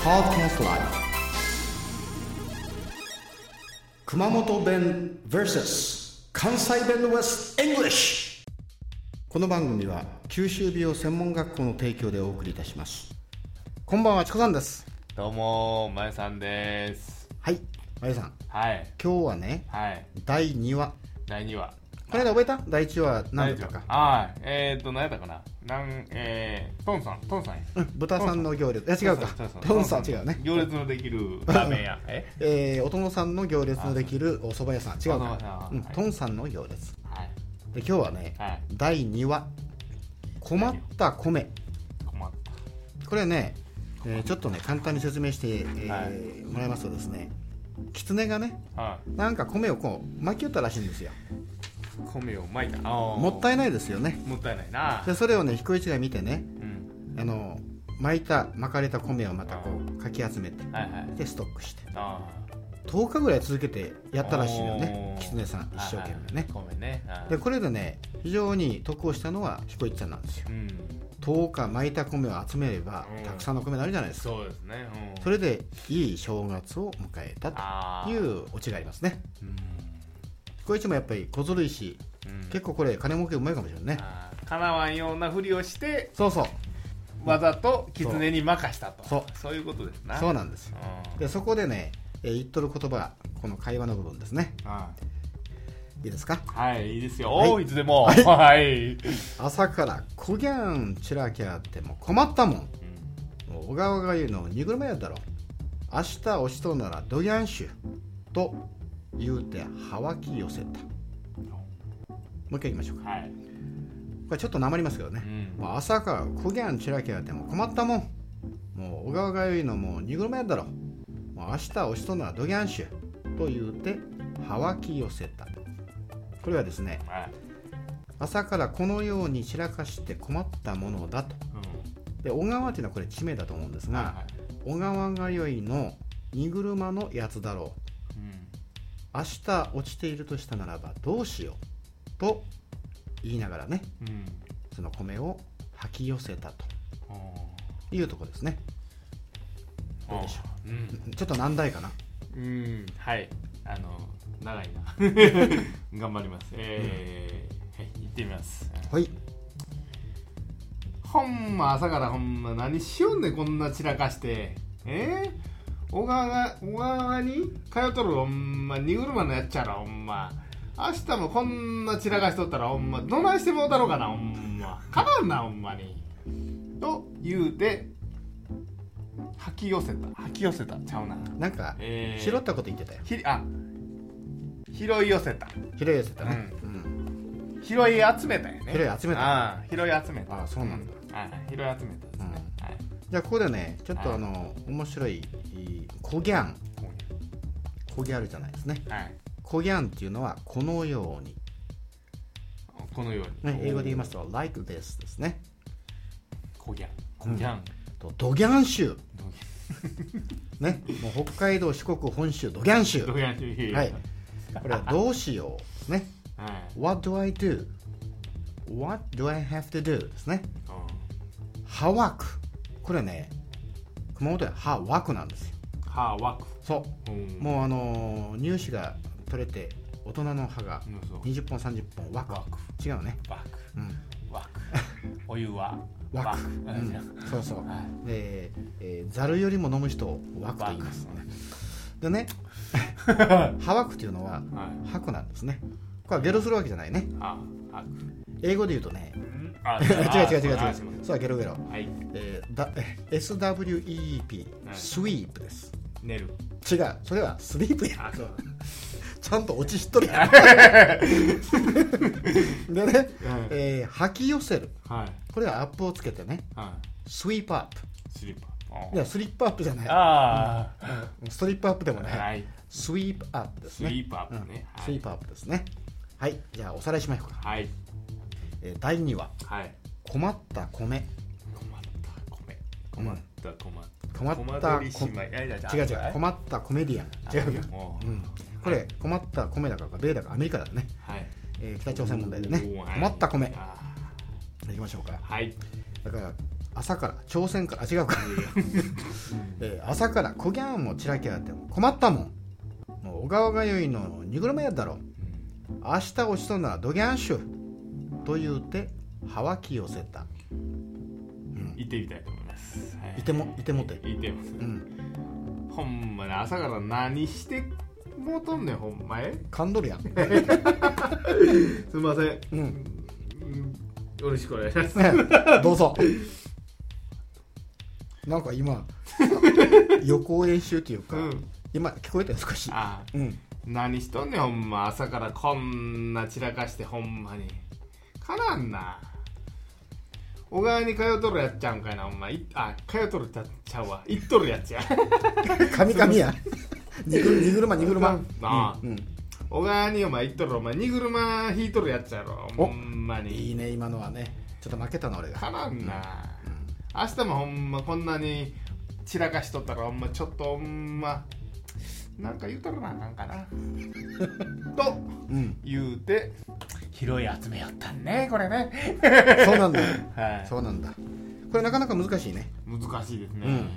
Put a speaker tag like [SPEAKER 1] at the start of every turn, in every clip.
[SPEAKER 1] Podcast Live 熊本弁 vs 関西弁 West English この番組は九州美容専門学校の提供でお送りいたしますこんばんはチコさんです
[SPEAKER 2] どうもまゆさんです
[SPEAKER 1] はいまゆさん
[SPEAKER 2] はい
[SPEAKER 1] 今日はね
[SPEAKER 2] はい
[SPEAKER 1] 第2話
[SPEAKER 2] 第2話
[SPEAKER 1] この間覚えた第1話何だったか
[SPEAKER 2] はいえっ、ー、と何やったかななんえー、トンさんトンさんや
[SPEAKER 1] うん豚さんの行列いや違うかト
[SPEAKER 2] ト
[SPEAKER 1] ン
[SPEAKER 2] ン
[SPEAKER 1] さん
[SPEAKER 2] さん
[SPEAKER 1] 違うね
[SPEAKER 2] 行列のできるラーメン屋え
[SPEAKER 1] えー、お殿さんの行列のできるお蕎麦屋さん違うかう
[SPEAKER 2] あそうんか
[SPEAKER 1] トンさんの行列
[SPEAKER 2] はい
[SPEAKER 1] で今日はね
[SPEAKER 2] はい
[SPEAKER 1] 第2話困った米
[SPEAKER 2] 困っ
[SPEAKER 1] これね、えーちょっとね簡単に説明して、えー
[SPEAKER 2] はい
[SPEAKER 1] もらいますとですね狐がね
[SPEAKER 2] たはい
[SPEAKER 1] なんか米をこう巻き寄ったらしいんですよ
[SPEAKER 2] 米をまいたあ
[SPEAKER 1] もった
[SPEAKER 2] い
[SPEAKER 1] いないですよね
[SPEAKER 2] もったいないな
[SPEAKER 1] でそれをね彦一が見てね
[SPEAKER 2] うん
[SPEAKER 1] あの巻いた巻かれた米をまたこうかき集めて
[SPEAKER 2] はいはい
[SPEAKER 1] でストックして
[SPEAKER 2] あ
[SPEAKER 1] 10日ぐらい続けてやったらしいよね
[SPEAKER 2] おー
[SPEAKER 1] 狐さん
[SPEAKER 2] ー
[SPEAKER 1] 一生懸命ね
[SPEAKER 2] はいはい米ねはい
[SPEAKER 1] でこれでね非常に得をしたのは彦一さんなんですよ
[SPEAKER 2] うん
[SPEAKER 1] 10日巻いた米を集めれば
[SPEAKER 2] うん
[SPEAKER 1] たくさんの米になるじゃないですか
[SPEAKER 2] そうですねうん
[SPEAKER 1] それでいい正月を迎えたと
[SPEAKER 2] ああ
[SPEAKER 1] いうオチがありますね
[SPEAKER 2] うん
[SPEAKER 1] 彦一もやっぱり小ずるいし
[SPEAKER 2] うん
[SPEAKER 1] 結構これ金儲けうまいかもしれないね
[SPEAKER 2] あーかなわんようなふりをして
[SPEAKER 1] そうそう
[SPEAKER 2] わざと狐に任したと
[SPEAKER 1] そう
[SPEAKER 2] そういうことですな
[SPEAKER 1] そう
[SPEAKER 2] な
[SPEAKER 1] なんですよでそこでね、えー言っとる言葉この会話の部分ですねいいですか
[SPEAKER 2] はいいいですよ、
[SPEAKER 1] はい
[SPEAKER 2] い、いつでもはい、
[SPEAKER 1] 朝からこぎゃんちらきゃってもう困ったもんもう小川が言うの荷車やったろ明日おしとうならどぎゃんしゅと言うてはわき寄せたもう一回いきましょうか
[SPEAKER 2] はい、
[SPEAKER 1] これちょっとなまりますけどね
[SPEAKER 2] うん
[SPEAKER 1] もう朝からこぎゃんちらきゃってもう困ったもんもう小川が言うのもう荷車やだろもう明日おしとんならどぎゃんしゅと言うてはわき寄せたこれはですね
[SPEAKER 2] はい
[SPEAKER 1] 朝からこのように散らかして困ったものだとで小川っていうのはこれ地名だと思うんです
[SPEAKER 2] うん
[SPEAKER 1] が、
[SPEAKER 2] はいはい
[SPEAKER 1] 小川がよいの荷車のやつだろう
[SPEAKER 2] うん
[SPEAKER 1] 明日落ちているとしたならばどうしようと言いながらね
[SPEAKER 2] うん
[SPEAKER 1] その米を吐き寄せたと
[SPEAKER 2] う
[SPEAKER 1] いうとこですねどうでしょ
[SPEAKER 2] んうん
[SPEAKER 1] ちょっと難題かな
[SPEAKER 2] うんはいあの長い な頑張りますえーはい行ってみます
[SPEAKER 1] はい
[SPEAKER 2] ほんま朝からほんま何しよんねんこんな散らかしてえー、小川が小川に通っとるほんま荷車のやっちゃらほんま明日もこんな散らかしとったらほんまどないしてもうたろうかなほんまかかんなほんまにと言うて吐き寄せた吐き寄せたちゃうな
[SPEAKER 1] なんか
[SPEAKER 2] えー
[SPEAKER 1] 拾ったこと言ってたよ
[SPEAKER 2] ひあ拾い寄せた
[SPEAKER 1] 拾い寄せたね、う
[SPEAKER 2] うん拾い集めたよね
[SPEAKER 1] 拾い集めた
[SPEAKER 2] ああ拾い集めた
[SPEAKER 1] ああそうなんだ
[SPEAKER 2] だ、はい拾い集めたですね、はい
[SPEAKER 1] じゃあここでねちょっと
[SPEAKER 2] は
[SPEAKER 1] あ
[SPEAKER 2] い
[SPEAKER 1] の面白い「こぎゃん」
[SPEAKER 2] こ
[SPEAKER 1] 「
[SPEAKER 2] う
[SPEAKER 1] こぎゃる」じゃないですね
[SPEAKER 2] いうはい
[SPEAKER 1] 「こぎゃん」っていうのはこのように、
[SPEAKER 2] このように、
[SPEAKER 1] ね、英語で言いますと「like this」ですね
[SPEAKER 2] こぎゃんこぎゃん、
[SPEAKER 1] と「どぎゃんしゅう
[SPEAKER 2] どぎ」
[SPEAKER 1] ねもう北海道四国本州どぎゃんしゅ
[SPEAKER 2] ゃんど
[SPEAKER 1] う
[SPEAKER 2] ぎゃんってう
[SPEAKER 1] はいこれは「どうしよう」ですね
[SPEAKER 2] はい
[SPEAKER 1] 「what do I do」「what do I have to do」ですね「はわく」これね熊本では「はわく」なんですよ
[SPEAKER 2] うん歯ワク
[SPEAKER 1] そう
[SPEAKER 2] うん
[SPEAKER 1] もうあのー乳歯が取れて大人の歯が
[SPEAKER 2] うんそう
[SPEAKER 1] 20本30本ワク
[SPEAKER 2] ワク
[SPEAKER 1] 違うね、
[SPEAKER 2] ワク
[SPEAKER 1] うん、
[SPEAKER 2] ワクお湯は
[SPEAKER 1] ワ
[SPEAKER 2] ワ
[SPEAKER 1] クう
[SPEAKER 2] ク、うん
[SPEAKER 1] ん、そうそう
[SPEAKER 2] は
[SPEAKER 1] でえーざる、よりも飲む人をワクと言いますねで ね歯ワクっていうのは
[SPEAKER 2] はい
[SPEAKER 1] ハクなんですねこれはゲロするわけじゃないね
[SPEAKER 2] あワク
[SPEAKER 1] 英語で言うとね
[SPEAKER 2] うんあ
[SPEAKER 1] 違う 違う違う違う
[SPEAKER 2] あ
[SPEAKER 1] そうはゲロゲロ、
[SPEAKER 2] はい
[SPEAKER 1] えーだ SWEEP
[SPEAKER 2] はい
[SPEAKER 1] スイープです
[SPEAKER 2] 寝る
[SPEAKER 1] 違うそれはスリープや
[SPEAKER 2] あそう
[SPEAKER 1] ちゃんと落ちしとる やんでね、
[SPEAKER 2] うん
[SPEAKER 1] えー吐き寄せる
[SPEAKER 2] はい
[SPEAKER 1] これはアップをつけてね
[SPEAKER 2] は
[SPEAKER 1] スイープアップ
[SPEAKER 2] いスリッパ
[SPEAKER 1] いやスリップアップじゃない
[SPEAKER 2] ああ
[SPEAKER 1] ストリップアップでもない、
[SPEAKER 2] はい
[SPEAKER 1] スイープアップです
[SPEAKER 2] ス
[SPEAKER 1] ね
[SPEAKER 2] リーパー
[SPEAKER 1] うん
[SPEAKER 2] ねは
[SPEAKER 1] スイー
[SPEAKER 2] い
[SPEAKER 1] プアップですねはいじゃあおさらいしましょうか、
[SPEAKER 2] はい
[SPEAKER 1] えー第2話
[SPEAKER 2] はい
[SPEAKER 1] 困った米
[SPEAKER 2] 困った米困った困った
[SPEAKER 1] 困った
[SPEAKER 2] コマ撮り姉妹いやいや
[SPEAKER 1] 違う違
[SPEAKER 2] あ
[SPEAKER 1] う困ったコメディアン
[SPEAKER 2] あ
[SPEAKER 1] 違うよ
[SPEAKER 2] も
[SPEAKER 1] うん、これ困った米だからか米だからアメリカだね、
[SPEAKER 2] はい
[SPEAKER 1] えー北朝鮮問題でね
[SPEAKER 2] おーはい
[SPEAKER 1] 困った米
[SPEAKER 2] あ
[SPEAKER 1] いきましょうか
[SPEAKER 2] ーはい
[SPEAKER 1] だから朝から朝鮮からあ違うか、えー朝からこぎゃんもちらけあっても困ったもんもう小川がよいのにぐるまやだろ明日おしとんならどぎゃんしゅと言うてはわき寄せた
[SPEAKER 2] 行ってみたいと思います、はい
[SPEAKER 1] てもいてもて
[SPEAKER 2] 行ってます、
[SPEAKER 1] うん
[SPEAKER 2] ほんまに朝から何してもうとんねんほんまえ
[SPEAKER 1] 噛んどる やん
[SPEAKER 2] すいません、
[SPEAKER 1] うん
[SPEAKER 2] よろしくお願いします
[SPEAKER 1] どうぞなんか今予行演習というか、
[SPEAKER 2] うん
[SPEAKER 1] 今聞こえたよ少し
[SPEAKER 2] あ
[SPEAKER 1] うん
[SPEAKER 2] 何しとんねんほんま朝からこんな散らかしてほんまにかなんな小川に通うとるやっちゃうんかいなほんまいあ通うとるちゃちゃうわ行っとるやっちゃ
[SPEAKER 1] 噛み噛みやにぐにぐるまにぐるま
[SPEAKER 2] あ
[SPEAKER 1] うん
[SPEAKER 2] 小川にお前行っとるお前荷車引いとるやっちゃろ
[SPEAKER 1] お
[SPEAKER 2] ほんま
[SPEAKER 1] いい
[SPEAKER 2] に
[SPEAKER 1] ね今のはねちょっと負けたな俺が
[SPEAKER 2] かなんな明日もほんまこんなに散らかしとったらほんまちょっとほんまなんか言うとるなあかんか なと
[SPEAKER 1] うん
[SPEAKER 2] 言うて拾い集めよったんねこれね
[SPEAKER 1] そうなんだ
[SPEAKER 2] はい
[SPEAKER 1] そうなんだこれなかなか難しいね
[SPEAKER 2] 難しいですね、うん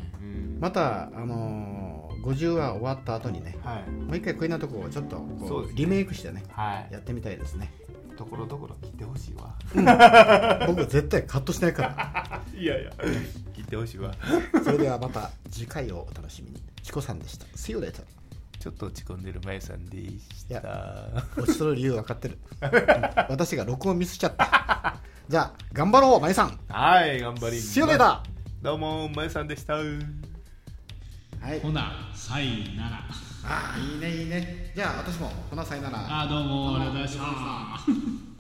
[SPEAKER 1] またあのー、50話終わった後にね
[SPEAKER 2] はい
[SPEAKER 1] もう一回こういうなとこをちょっとこう
[SPEAKER 2] そうですね
[SPEAKER 1] リメイクしてね
[SPEAKER 2] はい
[SPEAKER 1] やってみたいですね
[SPEAKER 2] ところどころ切ってほしいわ
[SPEAKER 1] 僕絶対カットしないか
[SPEAKER 2] いやいや切ってほしいわ
[SPEAKER 1] らそれではまた次回をお楽しみにチコさんでした See you later
[SPEAKER 2] ちょっと落ち込んでるまゆさんでし
[SPEAKER 1] い
[SPEAKER 2] た
[SPEAKER 1] 落ちとる理由分かってる、うん私が録音ミスしちゃったじゃあ頑張ろうまゆさん
[SPEAKER 2] はい頑張ります
[SPEAKER 1] See you later
[SPEAKER 2] どうもまゆさんでした
[SPEAKER 1] はい
[SPEAKER 3] ほな、さいなら。
[SPEAKER 1] ああいいねいいねじゃあ私もこの際なら
[SPEAKER 3] あ、どうも、ありがとうございました。